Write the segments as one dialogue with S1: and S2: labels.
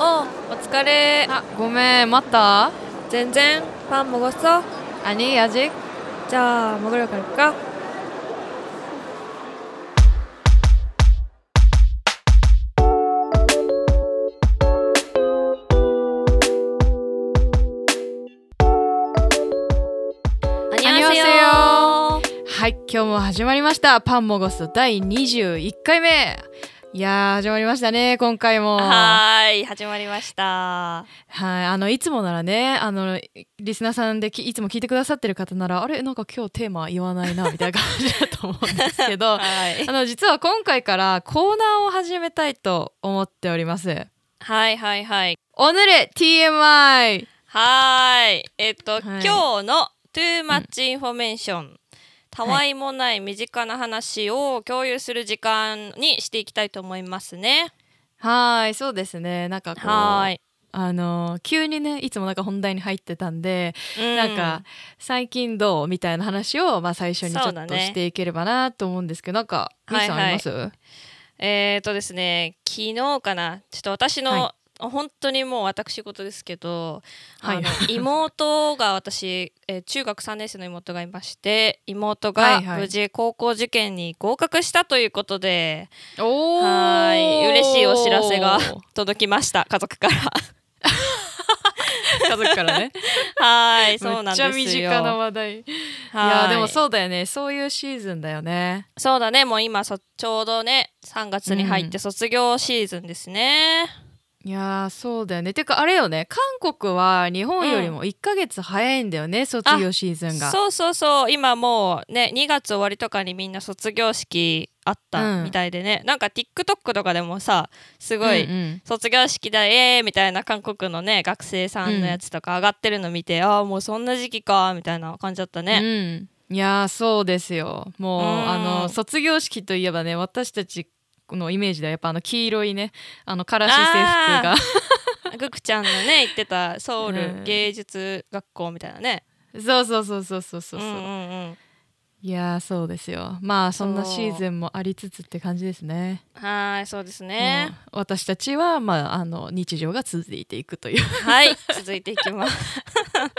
S1: おう
S2: お疲れあごめん待った
S1: 全然パン먹었어
S2: 아니 아직
S1: じゃあ먹으러갈까
S2: 안녕하세요.はい今日も始まりましたパンもごす第21回目いやー始まりましたね今回も
S1: はーい始まりました
S2: はい、あのいつもならねあのリスナーさんできいつも聞いてくださってる方ならあれなんか今日テーマ言わないなみたいな感じだと思うんですけどあ
S1: はい
S2: の実は今回からコーナーを始めたいと思っております。
S1: はいはいはい
S2: おぬれ TMI
S1: はーいえっと、
S2: はい
S1: 今日の Too Much Information、たわいもない身近な話を共有する時間にしていきたいと思いますね。
S2: はいそうですねなんかこう
S1: はーい。
S2: あの急にねいつもなんか本題に入ってたんで、
S1: う
S2: なんか最近どうみたいな話を、まあ、最初にちょ
S1: そう
S2: っ
S1: だ
S2: と
S1: ね
S2: していければなと思うんですけど、なんかみーさん
S1: はい
S2: あ
S1: はい
S2: ります、
S1: えっ、ー、とですね昨日かなちょっと私の、
S2: は
S1: 本当にもう私事ですけど、
S2: はい
S1: あの妹が私、えー中学3年生の妹がいまして妹
S2: は
S1: が
S2: いはい
S1: 無事高校受験に合格したということで、
S2: おー
S1: はい嬉しいお知らせが届きました家 族から
S2: 家族からね
S1: はい そうなんですよ
S2: めっちゃ身近な話題い
S1: は
S2: や
S1: い
S2: でもそうだよねそういうシーズンだよね
S1: そうだねもう今そちょうどね3月に入って卒業シーズンですね、
S2: いやーそうだよねてかあれよね韓国は日本よりも1ヶ月早いんだよね、卒業シーズンが
S1: そうそうそう今もうね2月終わりとかにみんな卒業式あった
S2: うん
S1: みたいでね、なんか TikTok とかでもさすごい、
S2: うんうん
S1: 卒業式だイエーイみたいな韓国のね学生さんのやつとか上がってるの見て、ああもうそんな時期かみたいな感じだったね、
S2: うん、いやーそうですよもう、
S1: うん
S2: あの卒業式といえばね私たちのイメージではやっぱあの黄色いねあのからし制服が
S1: グクちゃんのね行ってたソウ
S2: う
S1: ル
S2: ん
S1: 芸術学校みたいなね、
S2: そうそうそうそうそうそうう、
S1: んうんうん
S2: いやーそうですよまあそんなシーズンもありつつって感じですね
S1: はーいそうですね
S2: も、う私たちは、まあ、あの日常が続いていくという
S1: はい続いていきます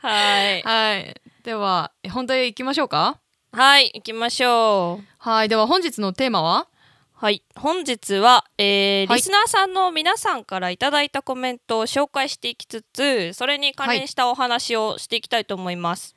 S1: はい
S2: はいでは本題いきましょうか
S1: はい行きましょう
S2: はいでは本日のテーマは
S1: はい、本日は、えー
S2: はい
S1: リスナーさんの皆さんからいただいたコメントを紹介していきつつそれに関連したお話をしていきたいと思います。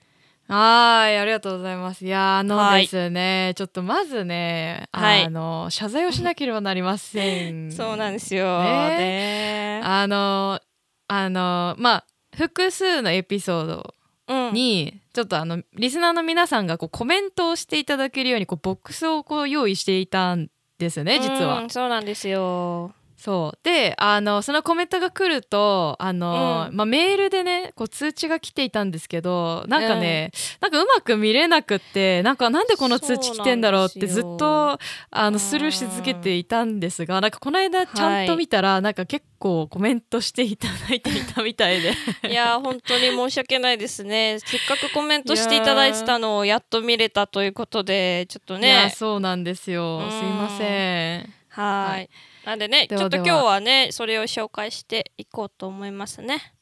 S2: はいありがとうございますいやーあの
S1: はい
S2: ですねちょっとまずねあ
S1: はい
S2: の、謝罪をしなければなりません
S1: そうなん
S2: す
S1: ですよ、ね
S2: あのあのまあ複数のエピソード
S1: うん、
S2: にちょっとあのリスナーの皆さんがこうコメントをしていただけるようにこうボックスをこう用意していたんですよね実は
S1: う。んそうなんで すよ。
S2: そうであのそのコメントが来るとあの、
S1: うん
S2: まあ、メールでねこう通知が来ていたんですけどなんかね、なんかうまく見れなくってなんかなんでこの通知来てんだろうってずっ
S1: そうな
S2: とあのスルーし続けていたんですがなんかこの間ちゃんと見たら、なんか結構コメントしていただいていたみたいで
S1: いやー本当に申し訳ないですね。せっかくコメントしていただいてたのをやっと見れたということでちょっと
S2: いや
S1: ね
S2: そうなんですよ
S1: うん
S2: すいません。
S1: はい
S2: は
S1: なんでね
S2: では
S1: ちょっと
S2: で
S1: 今
S2: は
S1: 日はねそれを紹介していこうと思いますね。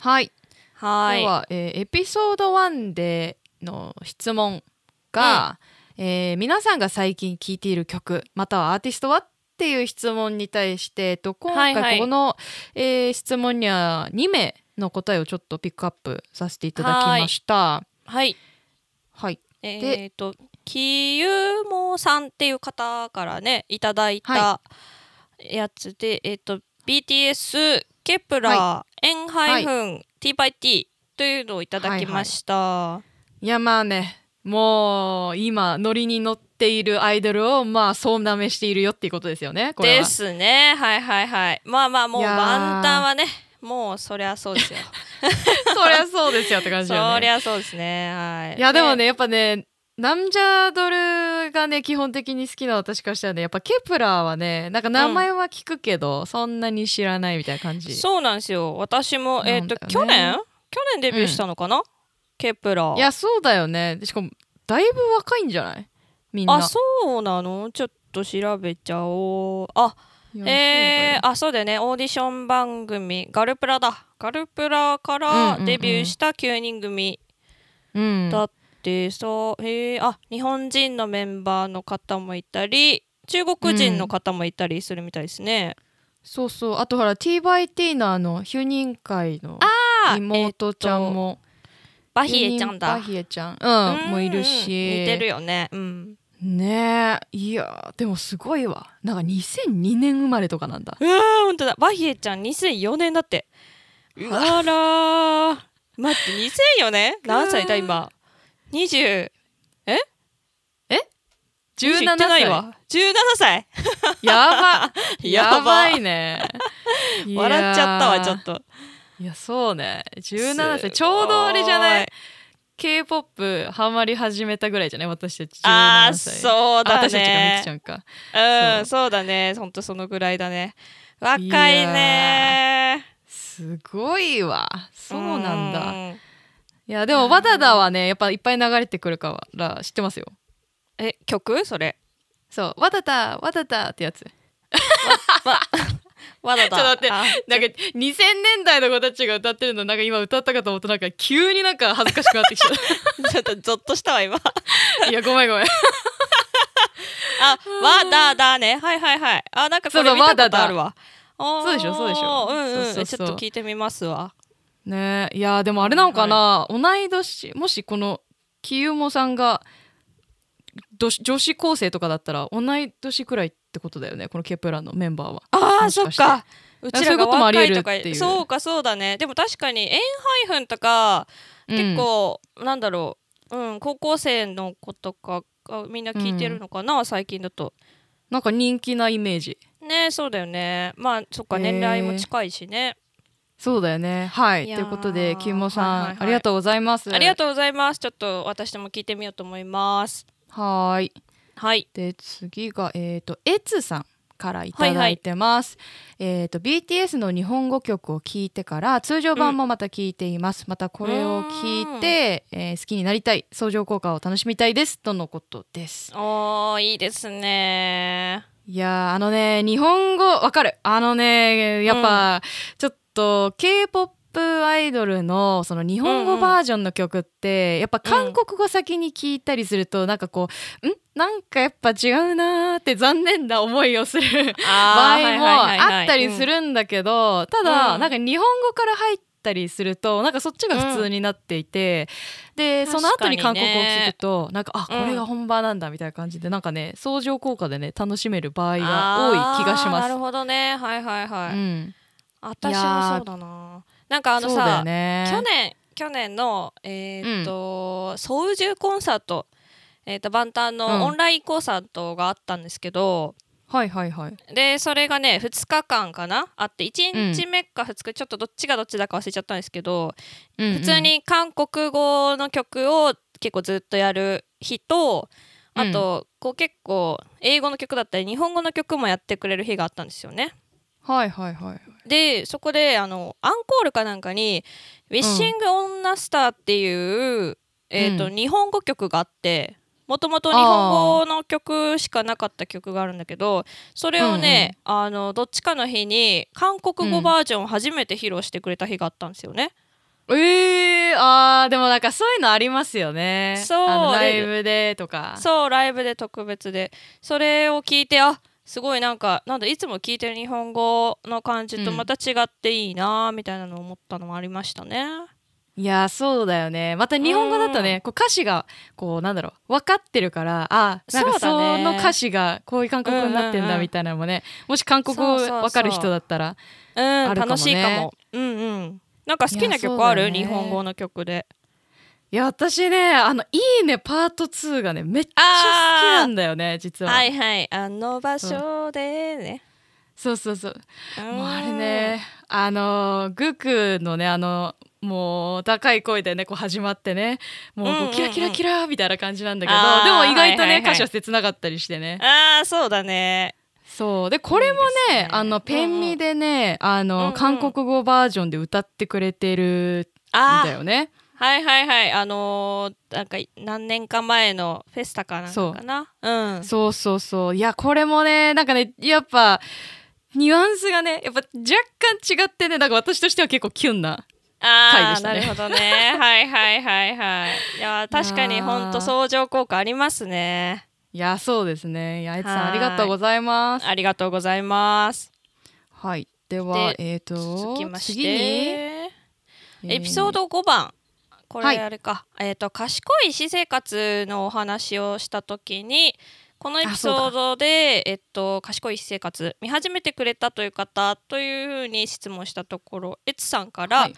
S2: はい
S1: はい。
S2: では、えーエピソード1での質問が、えー皆さんが最近聴いている曲またはアーティストはっていう質問に対して、えっと、今
S1: はいは
S2: 回
S1: い
S2: この、えー質問には2名の答えをちょっとピックアップさせていただきました。はい
S1: はい
S2: はい、
S1: えっ、ときゆもさんっていう方からねいただいた
S2: は
S1: やつで、えっ、と BTS ケプラー、エンハイフン、TYT というのをいただきました。
S2: いやまあねもう今ノリに乗っているアイドルをまあ総なめしているよっていうことですよねこれは
S1: ですねはいはいはいまあまあもう
S2: いやー
S1: 万端はねもうそりゃそうで すよ
S2: そりゃそうですよって感じ
S1: そ
S2: よね。
S1: りゃそうですねはい
S2: いやでもねやっぱねなんじゃドルがね基本的に好きな私からしたらねやっぱケプラーはねなんか名前は聞くけど、そんなに知らないみたいな感じ
S1: そうなんですよ私もえ
S2: な
S1: っ、と、
S2: んだ
S1: 去
S2: よね
S1: 年去年デビューしたのかな、ケプラー
S2: いやそうだよねしかもだいぶ若いんじゃないみんな
S1: あそうなのちょっと調べちゃおうあえー、あそうだよねオーディション番組ガルプラだガルプラか
S2: うんう
S1: ら
S2: んうん
S1: デビューした9人組
S2: うん
S1: だってそうへえあ日本人のメンバーの方もいたり中国人の方もいたりするみたいですね、
S2: そうそうあとほら TYT のあの9人会の
S1: あーえっと
S2: 妹ちゃんも、
S1: バヒエちゃんだ
S2: バヒエちゃん、うん、もいるし
S1: うん似てるよねうん
S2: ねえいやーでもすごいわなんか2002年生まれとかなんだ
S1: うわー本当だバヒエちゃん2004年だってうわらー待って2004年何歳だ今20
S2: 17
S1: いってないわ17歳
S2: やば
S1: やば
S2: やばいねいやー
S1: 笑っちゃったわちょっと
S2: いやそうね17
S1: すごい
S2: 歳ちょうどあれじゃない k p o p ハマり始めたぐらいじゃない私たち17歳
S1: あーそうだね
S2: あ私たちがみきちゃんか
S1: う
S2: そ
S1: ん
S2: う
S1: そうだねほんとそのぐらいだね若い
S2: いやー
S1: ね
S2: すごいわそうなんだ
S1: うん
S2: いやでも「バタダ」はねやっぱいっぱい流れてくるから知ってますよ
S1: え曲それ
S2: そう「わたたわたた」ってや つ
S1: わだだ
S2: ちょっと待って
S1: あ
S2: なんか2000年代の子たちが歌ってるのなんか今歌ったかと思うとなんか急になんか恥ずかしくなってきちゃっ
S1: ちょっとゾッとしたわ今
S2: たいやごめんごめん
S1: あわだだねはいはいはいあなんかこ
S2: そ
S1: れ
S2: うそう
S1: 見たこ
S2: わだ
S1: と
S2: だ
S1: あるわあー
S2: そうでしょそうでしょ
S1: うんうん
S2: そうそうそう
S1: ちょっと聞いてみますわ
S2: ねいやでもあれなのかな、同い年もしこのきゆもさんがどし女子高生とかだったら同い年くらいってことだよねこのケプラのメンバーは
S1: あー
S2: もし
S1: そ
S2: か
S1: っ
S2: して
S1: かうちらが若いとか
S2: そういうこともあり得るっていう
S1: そうかそうだねでも確かにエンハイフンとか結、構、なんだろう、うん、高校生の子とかがみんな聞いてるのかな、最近だと
S2: うんなんか人気なイメージ
S1: ねそうだよねまあそっか
S2: へー
S1: 年代も近いしね、
S2: そうだよねはい
S1: いやー
S2: ということできゆもさん、
S1: はいはいはい
S2: ありがとうございます
S1: ありがとうございますちょっと私も聞いてみようと思います
S2: はーい
S1: はい
S2: で次がえっ、とエツさんからいただいてます、えっ、と BTS の日本語曲を聞いてから通常版もまた聞いています、またこれを聞いて、えー好きになりたい相乗効果を楽しみたいですとのことです
S1: おーいいですね
S2: いやーあのね日本語わかるあのねやっぱ、ちょっと K-POP アイドルのその日本
S1: うん
S2: 語
S1: うん
S2: バージョンの曲って、やっぱ韓国語先に聞いたりすると、なんかこうんなんかやっぱ違うなーって残念な思いをする場
S1: あー
S2: 合も
S1: はいはいはいはい
S2: あったりするんだけど、ただ、
S1: うん
S2: なんか日本語から入ったりするとなんかそっちが普通になっていて、で
S1: 確
S2: そ
S1: かに
S2: の
S1: ね
S2: 後に韓国語を聞くとなんかあ
S1: うん
S2: これが本場なんだみたいな感じで、なんかね相乗効果でね楽しめる場合が多い気がし
S1: あー
S2: ま
S1: な
S2: す。
S1: るほどねはいはいはい、
S2: うん、
S1: 私もそうだななんかあの
S2: そうだ
S1: さ、
S2: よね
S1: 去年去年のえーっと、ソウジュコンサートえーっと万
S2: う
S1: 端
S2: ん
S1: のオンラインコンサートがあったんですけど、
S2: はいはいはい。
S1: でそれがね2日間かなあって1日目か2日ちょっとどっちがどっちだか忘れちゃったんですけど、普通に韓国語の曲を結構ずっとやる日とあと、こう結構英語の曲だったり日本語の曲もやってくれる日があったんですよね。
S2: はいはいはい。
S1: でそこであのアンコールかなんかに「ウィッシング・オン・ナ・スター」っていう、えーと
S2: うん
S1: 日本語曲があってもともと日本語の曲しかなかった曲があるんだけどそれをね、あのどっちかの日に韓国語バージョンを初めて披露してくれた日があったんですよね。
S2: えー、あーでもなんかそういうのありますよね。
S1: そう
S2: あのライブでとか。
S1: そうライブで特別でそれを聞いてあすごいなんかなんだいつも聞いてる日本語の感じとまた違っていいなみたいなのを思ったのもありましたね。
S2: いやーそうだよねまた日本語だとね、こう
S1: う
S2: 歌詞がこうなんだろう分かってるからあーなんか
S1: そうだ
S2: そ
S1: ね
S2: の歌詞がこういう韓国語になってん
S1: うんうん
S2: だ
S1: うん
S2: みたいなのもねもし韓国語
S1: そうそうそう
S2: 分かる人だったら
S1: うん、
S2: あるかもね
S1: 楽しいかも。うんうん。なんか好きな曲あ
S2: いやそう
S1: る、
S2: だよ
S1: 日
S2: ね
S1: 本語の曲で。
S2: いや私ねあの「いいねパート2」がねめっちゃ好きなんだよね実は、
S1: はいはい、あの場所でね。
S2: そうそうそう
S1: うん
S2: もうあれ。ねあのーグクのねあのもう高い声でねこう始まってねもうこう
S1: うんうんうん
S2: キラキラキラみたいな感じなんだけど、
S1: あー
S2: でも意外とね、
S1: はいはいはい
S2: 歌詞は切なかったりしてね
S1: ああ、そうだね。
S2: そうでこれも
S1: いい
S2: ね
S1: ですね
S2: あのペンミでね、あの、
S1: うんうん
S2: 韓国語バージョンで歌ってくれてるん
S1: あ
S2: だよね。
S1: あ、はいはいはい、あのー、なんか何年か前のフェスタかなんかかな。うん。
S2: そうそうそういやこれもねなんかねやっぱニュアンスがねやっぱ若干違ってねだから私としては結構キュンな回
S1: あ
S2: で
S1: ー
S2: した
S1: な
S2: ね
S1: るほどねはいはいはいはいいやー確かにほんと相乗効果ありますね
S2: いやそうですねいやエツさ
S1: は
S2: ん
S1: ー
S2: あ
S1: い
S2: りがとうございます
S1: ありがとうございます
S2: はいでは
S1: で
S2: えっ、と
S1: 続きまし
S2: 次に
S1: て
S2: え
S1: エピソード5番こ
S2: はい
S1: れあれか、えっ、と賢い私生活のお話をした時にこのエピソ
S2: あ
S1: ードでえっと賢い私生活見始めてくれたという方というふうに質問したところエツさんから、
S2: はい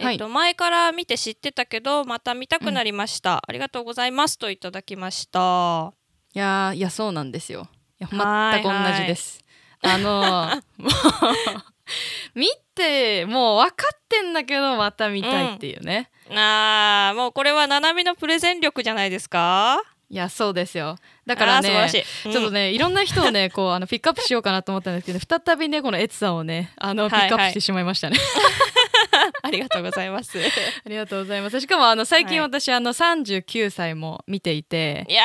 S2: はい
S1: えっと前から見て知ってたけどまた見たくなりました、ありがとうございますといただきました
S2: いやーいやそうなんですよいや
S1: はー
S2: 全
S1: い
S2: く同じですあの ーもう見てもう分かってんだけどまた見たいっていうね、
S1: あーもうこれはななみのプレゼン力じゃないですか
S2: いやそうですよだ
S1: だ
S2: から
S1: 素晴ら
S2: ね
S1: しい、うん
S2: ちょっとね、いろんな人をね、こう、あの、ピックアップしようかなと思ったんですけど、再びね、このエツさんをね、あの、
S1: はい
S2: ピ
S1: はい
S2: ックアップしてしまいましたね。
S1: ありがとうございます い
S2: ありがとうございます。しかも、あの、最近
S1: は
S2: 私、あの、39歳も見ていて、
S1: や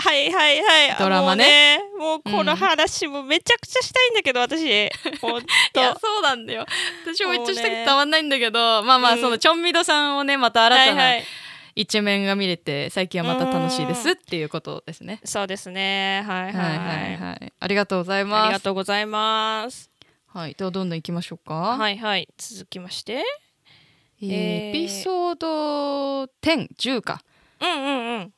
S1: ーはいはいはい
S2: ドラマね
S1: もうねもうこ
S2: うん
S1: の話もめちゃくちゃしたいんだけど、私ほん
S2: いや、
S1: と
S2: そうなんだよ。私もめっちゃしたく
S1: もう
S2: て
S1: ね
S2: たまんないんだけど、まあまあ、
S1: うん
S2: その、チョンミドさんをね、また新た
S1: はい
S2: な
S1: はい、
S2: 一面が見れて、最近はまた楽しいですっていうことですね。
S1: そうですねは
S2: はい
S1: いはい、
S2: はいはい。ありがとうござい
S1: あり
S2: ま
S1: が
S2: す。
S1: とうございます
S2: はい。では、どんどん行きましょうか。
S1: はいはい続きまして
S2: えー
S1: えー
S2: エピソード10、10か。
S1: うんうんうん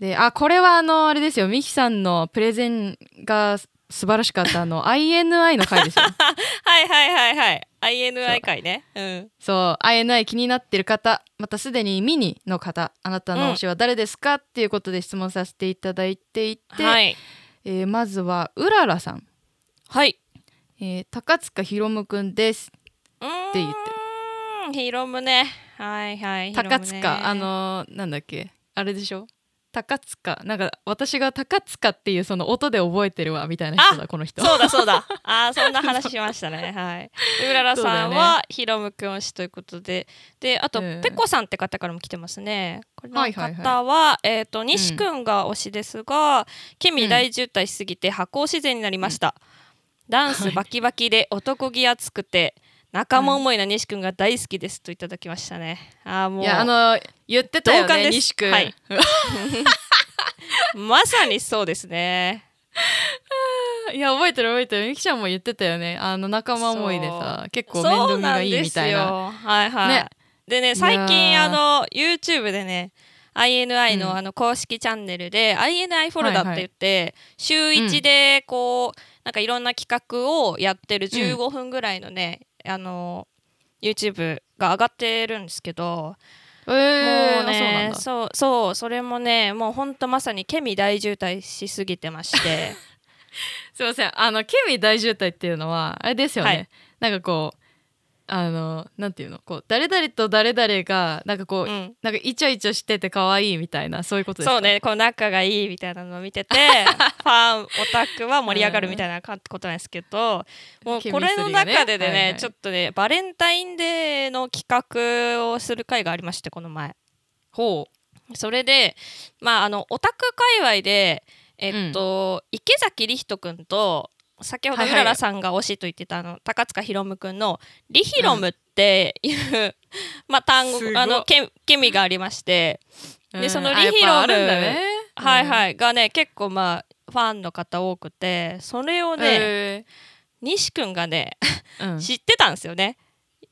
S2: であこれはあのあれですよミキさんのプレゼンが素晴らしかったあ の INI の回ですよ
S1: はいはいはいはい
S2: そう
S1: INI 会ねうん
S2: そう INI 気になってる方またすでにミニの方あなたの推しは誰ですか、っていうことで質問させていただいていて、
S1: はい
S2: えーまずはうららさん、
S1: はい
S2: えー高塚ひろむくんです
S1: って
S2: 言って
S1: るヒロムねはいはい
S2: 高塚、
S1: ヒロムね
S2: あのーなんだっけあれでしょ高塚なんか私が高塚っていうその音で覚えてるわみたいな人だこの人
S1: そうだそ うだ。あーそんな話しましたね。はい。うららさん
S2: そうだよ
S1: はひろむくん推しということで、であと、
S2: うん
S1: ぺこさんって方からも来てますね。この方は,、
S2: はいはいはい
S1: えっ、と西くんが推しですが、ケミ大渋滞しすぎて発行自然になりました。ダンスバキバキで男気熱くて。仲間思いな西くんが大好きですといただきましたね。あーもう
S2: いやあのー言ってたよ
S1: 同感
S2: ね
S1: です
S2: 西君、
S1: はいまさにそうですね。
S2: いや覚えてる覚えてるみきちゃんも言ってたよねあの仲間思いでさ結構面
S1: そ
S2: 倒
S1: う
S2: 見
S1: な
S2: が
S1: ん
S2: いい
S1: で
S2: み
S1: す
S2: たいな
S1: よはいはい。
S2: ね
S1: でね最近あの YouTube でね INI のあの公式チャンネルで、INI フォルダって言って、週1でこう、なんかいろんな企画をやってる15分ぐらいのね、あの YouTube が上がってるんですけど、
S2: えー、
S1: もうね
S2: あそう
S1: そうそうそれもねもうほんとまさにケミ大渋滞しすぎてまして
S2: なんだすいませんあのケミ大渋滞っていうのはあれですよね、
S1: はい
S2: なんかこうあのなんていうのこう誰々と誰々がなんかこう、
S1: うん
S2: なんかイチャイチャしてて可愛いみたいなそういうことですか
S1: そうねこう仲がいいみたいなのを 見ててファンオタクは盛り上がるみたいなかことなんですけどもう
S2: ケミストリー
S1: これの中でで
S2: が
S1: ね
S2: ねはいはい
S1: ちょっとねバレンタインデーの企画をする会がありましてこの前
S2: ほ
S1: それでまああのオタク界隈でえっと、池崎理人くんと先ほど
S2: は
S1: う
S2: いはい
S1: ららさんが推しと言ってたあの高塚ひろむくんの「リヒロム」っていう、 まあ単語
S2: すごい
S1: あのけケミがありまして
S2: う、
S1: で
S2: うん
S1: その
S2: あ
S1: リヒロム
S2: やっぱあるんだね
S1: はい
S2: い、
S1: はい、がね結構まあファンの方多くてそれをね、
S2: え
S1: 西くんがね
S2: ーうん
S1: 知ってたんですよね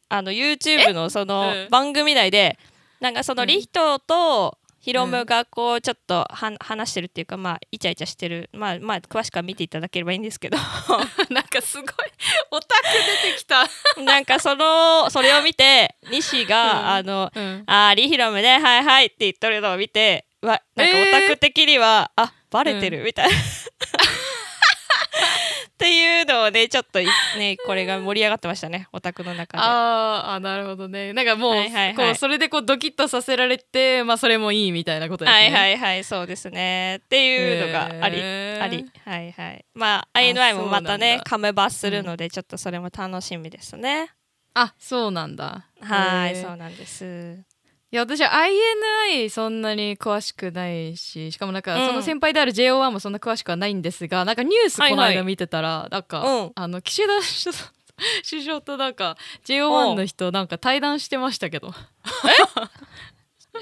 S1: あの YouTube のその
S2: うん
S1: 番組内でなんかその
S2: うん
S1: リヒトとヒロムがこうちょっとは話してるっていうかまあイチャイチャしてるまあまあ詳しくは見ていただければいいんですけど
S2: なんかすごいオタク出てきた、
S1: なんかそのそれを見て西が、
S2: うん
S1: あのあーリヒロムねはいはいって言っとるのを見てわなんか
S2: え
S1: オ
S2: ー
S1: タク的には、あバレてるみた いな、っていうのをねちょっといねこれが盛り上がってましたねオタクの中で。
S2: あーあなるほどねなんかもう,、
S1: はいはいはい
S2: こうそれでこうドキッとさせられてまあそれもいいみたいなことですね
S1: はいはいいはいそうですねっていうのがあり、ありはいはいまあ INI もまた
S2: そうなん
S1: ね
S2: だ
S1: カムバするのでちょっとそれも楽しみですね、
S2: あそうなんだ
S1: はい
S2: へー
S1: そうなんです
S2: いや私は INI そんなに詳しくないししかもなんかその先輩である JO1 もそんな詳しくはないんですが、なんかニュースこの
S1: はいは
S2: 間
S1: い
S2: 見てたら、なんか、
S1: うん
S2: あの岸田首相首相となんか JO1 の人なんか対談してましたけど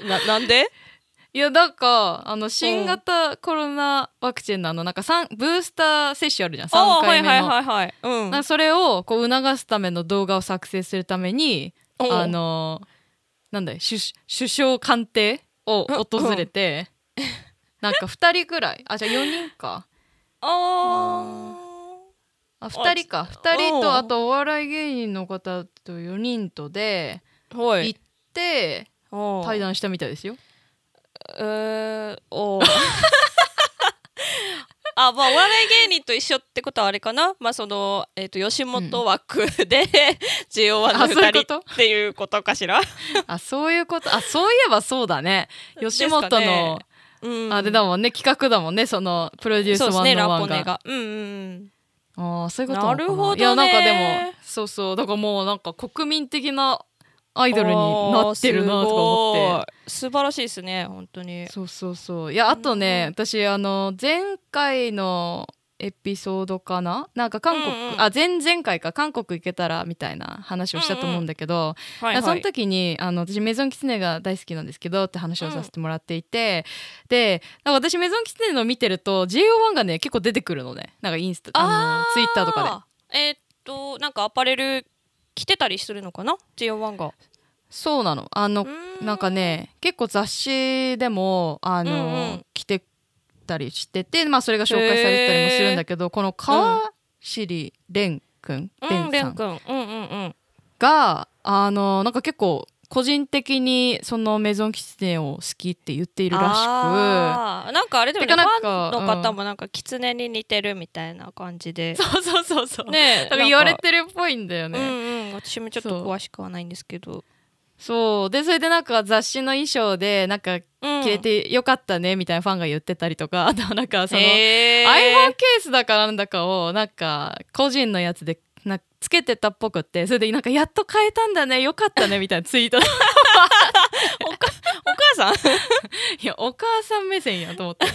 S1: ななんで
S2: いやなんかあの新型コロナワクチンのあのなんか三ブースター接種あるじゃん
S1: あ
S2: 3回目の、
S1: はいはいはいはい、うん
S2: なんかそれをこう促すための動画を作成するために
S1: おう
S2: あのなんだい首首相官邸を訪れて、なんか2人ぐらいあじゃあ4人か
S1: あ
S2: あ2人か2人とあとお笑い芸人の方と4人とで
S1: ーはい
S2: 行って
S1: おう
S2: 対談したみたいですよ。
S1: えー、おう あまあお笑い芸人と一緒ってことはあれかなまあその、えっと吉本枠で JO1 の
S2: あそういう
S1: 2
S2: こと
S1: 人っていうことかしら
S2: あそういうことあそういえばそうだね
S1: ですか
S2: 吉本
S1: ね
S2: の、
S1: うん
S2: あれだもんね企画だもんねそのプロデュース
S1: そうです
S2: ワン
S1: ね
S2: の
S1: ラ
S2: ワ
S1: ポ
S2: ンが
S1: ネ。がうんうん
S2: ああそういうことのか
S1: なるほどね
S2: いやなんかでもそうそうだからもうなんか国民的なアイドルになってるなとか思って
S1: 素晴らしいですね本当に
S2: てそうそうそういやあとね、
S1: うん
S2: 私あの前回のエピソードかななんか韓国、
S1: うんうん
S2: あ前々回か韓国行けたらみたいな話をしたと思うんだけど、
S1: はい
S2: い
S1: は
S2: や
S1: い
S2: その時にあの私メゾンキツネが大好きなんですけどって話をさせてもらっていて、でなんか私メゾンキツネの見てると JO1 がね結構出てくるのねなんかインスタあのツイッターとかで
S1: でえーっとなんかアパレル着てたりするのかな JO1 が
S2: そうなのあの
S1: う
S2: なんかね結構雑誌でもあの、
S1: うんうん
S2: 着てたりしてて、まあ、それが紹介されてたりもするんだけどこの川尻蓮くん、
S1: うんレ
S2: 蓮さ
S1: ン
S2: ん
S1: 君うんうんうん
S2: があのなんか結構個人的にそのメゾンキツネを好きって言っているらしく。
S1: あーなんかあれでもね
S2: て
S1: フ
S2: かなん
S1: ァ
S2: か
S1: ンの方もなんか狐に似てるみたいな感じで、
S2: そうそうそうそう。
S1: ねえ
S2: 多分言われてるっぽいんだよ
S1: な
S2: ね。
S1: んかうんうん私もちょっと詳しくはないんですけど
S2: そうでそれでなんか雑誌の衣装でなんか
S1: うん
S2: 着れてよかったねみたいなファンが言ってたりとか、あと はなんかその、
S1: へー
S2: iPhone ケースだからなんだかをなんか個人のやつでなつけてたっぽくってそれでなんかやっと変えたんだねよかったねみたいなツイー トい
S1: お母さん
S2: やお母さん目線やと思って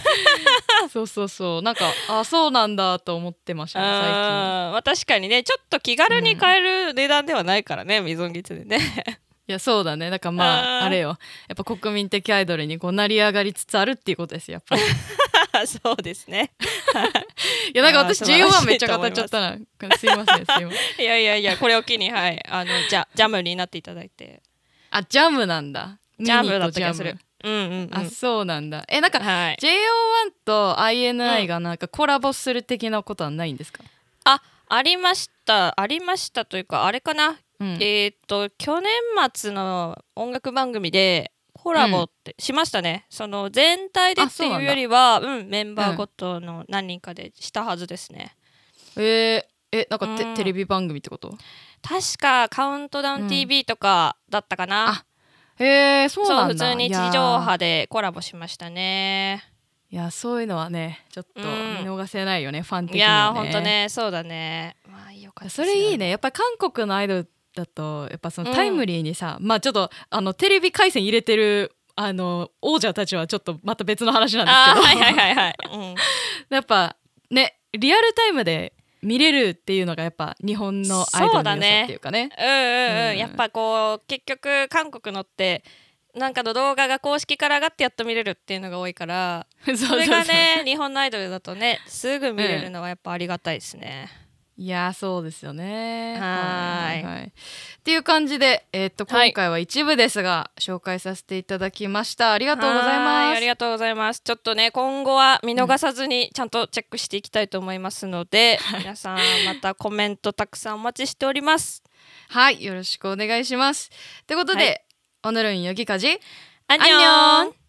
S2: そうそうそうなんかあそうなんだと思ってましたね最近
S1: あーまあ確かにねちょっと気軽に買える値段ではないからね未存月でね
S2: いやそうだねだからま
S1: あ
S2: あ
S1: ー
S2: あれよやっぱ国民的アイドルにこう成り上がりつつあるっていうことですよやっぱり
S1: そうですね
S2: いやなんか私
S1: あー素晴らしい
S2: JO1 めっちゃ語っちゃった なすいませんすいません
S1: いやいやいやこれを機にはいあのジャジャムになっていただいて
S2: あジャムなんだ
S1: ジャムだった気
S2: ミニ
S1: が
S2: と
S1: す
S2: ジャ
S1: る
S2: ム
S1: うんうん、う
S2: あ
S1: ん、
S2: そうなんだえなんか
S1: はい
S2: JO1 と INI
S1: うん
S2: がなんかコラボする的なことはないんですか、
S1: ありましたありましたというかあれかな、
S2: うん
S1: えーっと去年末の音楽番組でコラボってしましたね、その全体で
S2: あ
S1: っ
S2: そ
S1: て
S2: うなんだ
S1: いうよりはうん、メンバーごとの何人かでしたはずですね、
S2: えーえなんかて、
S1: うん
S2: テレビ番組ってこと
S1: 確かカウントダウ
S2: うん
S1: ン TV とかだったかな、
S2: あえー、そう
S1: そう
S2: なん
S1: 普
S2: だ
S1: 通に地上波でコラボしました
S2: いや
S1: ね
S2: ーいやそういうのはねちょっと見逃せないよね、ファン的
S1: い
S2: には
S1: やー
S2: ね
S1: ほんとねそうだねまあよかったです
S2: そ
S1: よ
S2: れいいねやっぱり韓国のアイドルだとやっぱその
S1: うん
S2: タイムリーにさ、まあちょっとあのテレビ回線入れてるあの王者たちはちょっとまた別の話なん
S1: あー
S2: です
S1: は
S2: け
S1: い
S2: ど、
S1: はいはいはい、うん、
S2: やっぱねリアルタイムで見れるっていうのがやっぱ日本のアイドルの良さっていうかね
S1: うんうん
S2: う
S1: うんん、やっぱこう結局韓国のってなんかの動画が公式から上がってやっと見れるっていうのが多いから
S2: そう そう
S1: そ
S2: そう
S1: れがね日本のアイドルだとねすぐ見れるのはやっぱありがたいですね、
S2: いやーそうですよね
S1: はーい
S2: はいっていう感じで、えーっと
S1: はい
S2: 今回は一部ですが紹介させていただきましたありがとうござい
S1: は
S2: ま
S1: ーあ
S2: す
S1: りがとうございますちょっとね今後は見逃さずにちゃんとチェックしていきたいと思いますの で、皆さんまたコメントたくさんお待ちしております
S2: はいよろしくお願いしますってことで、
S1: はい
S2: 오늘은여기까지
S1: アンニョン
S2: 안녕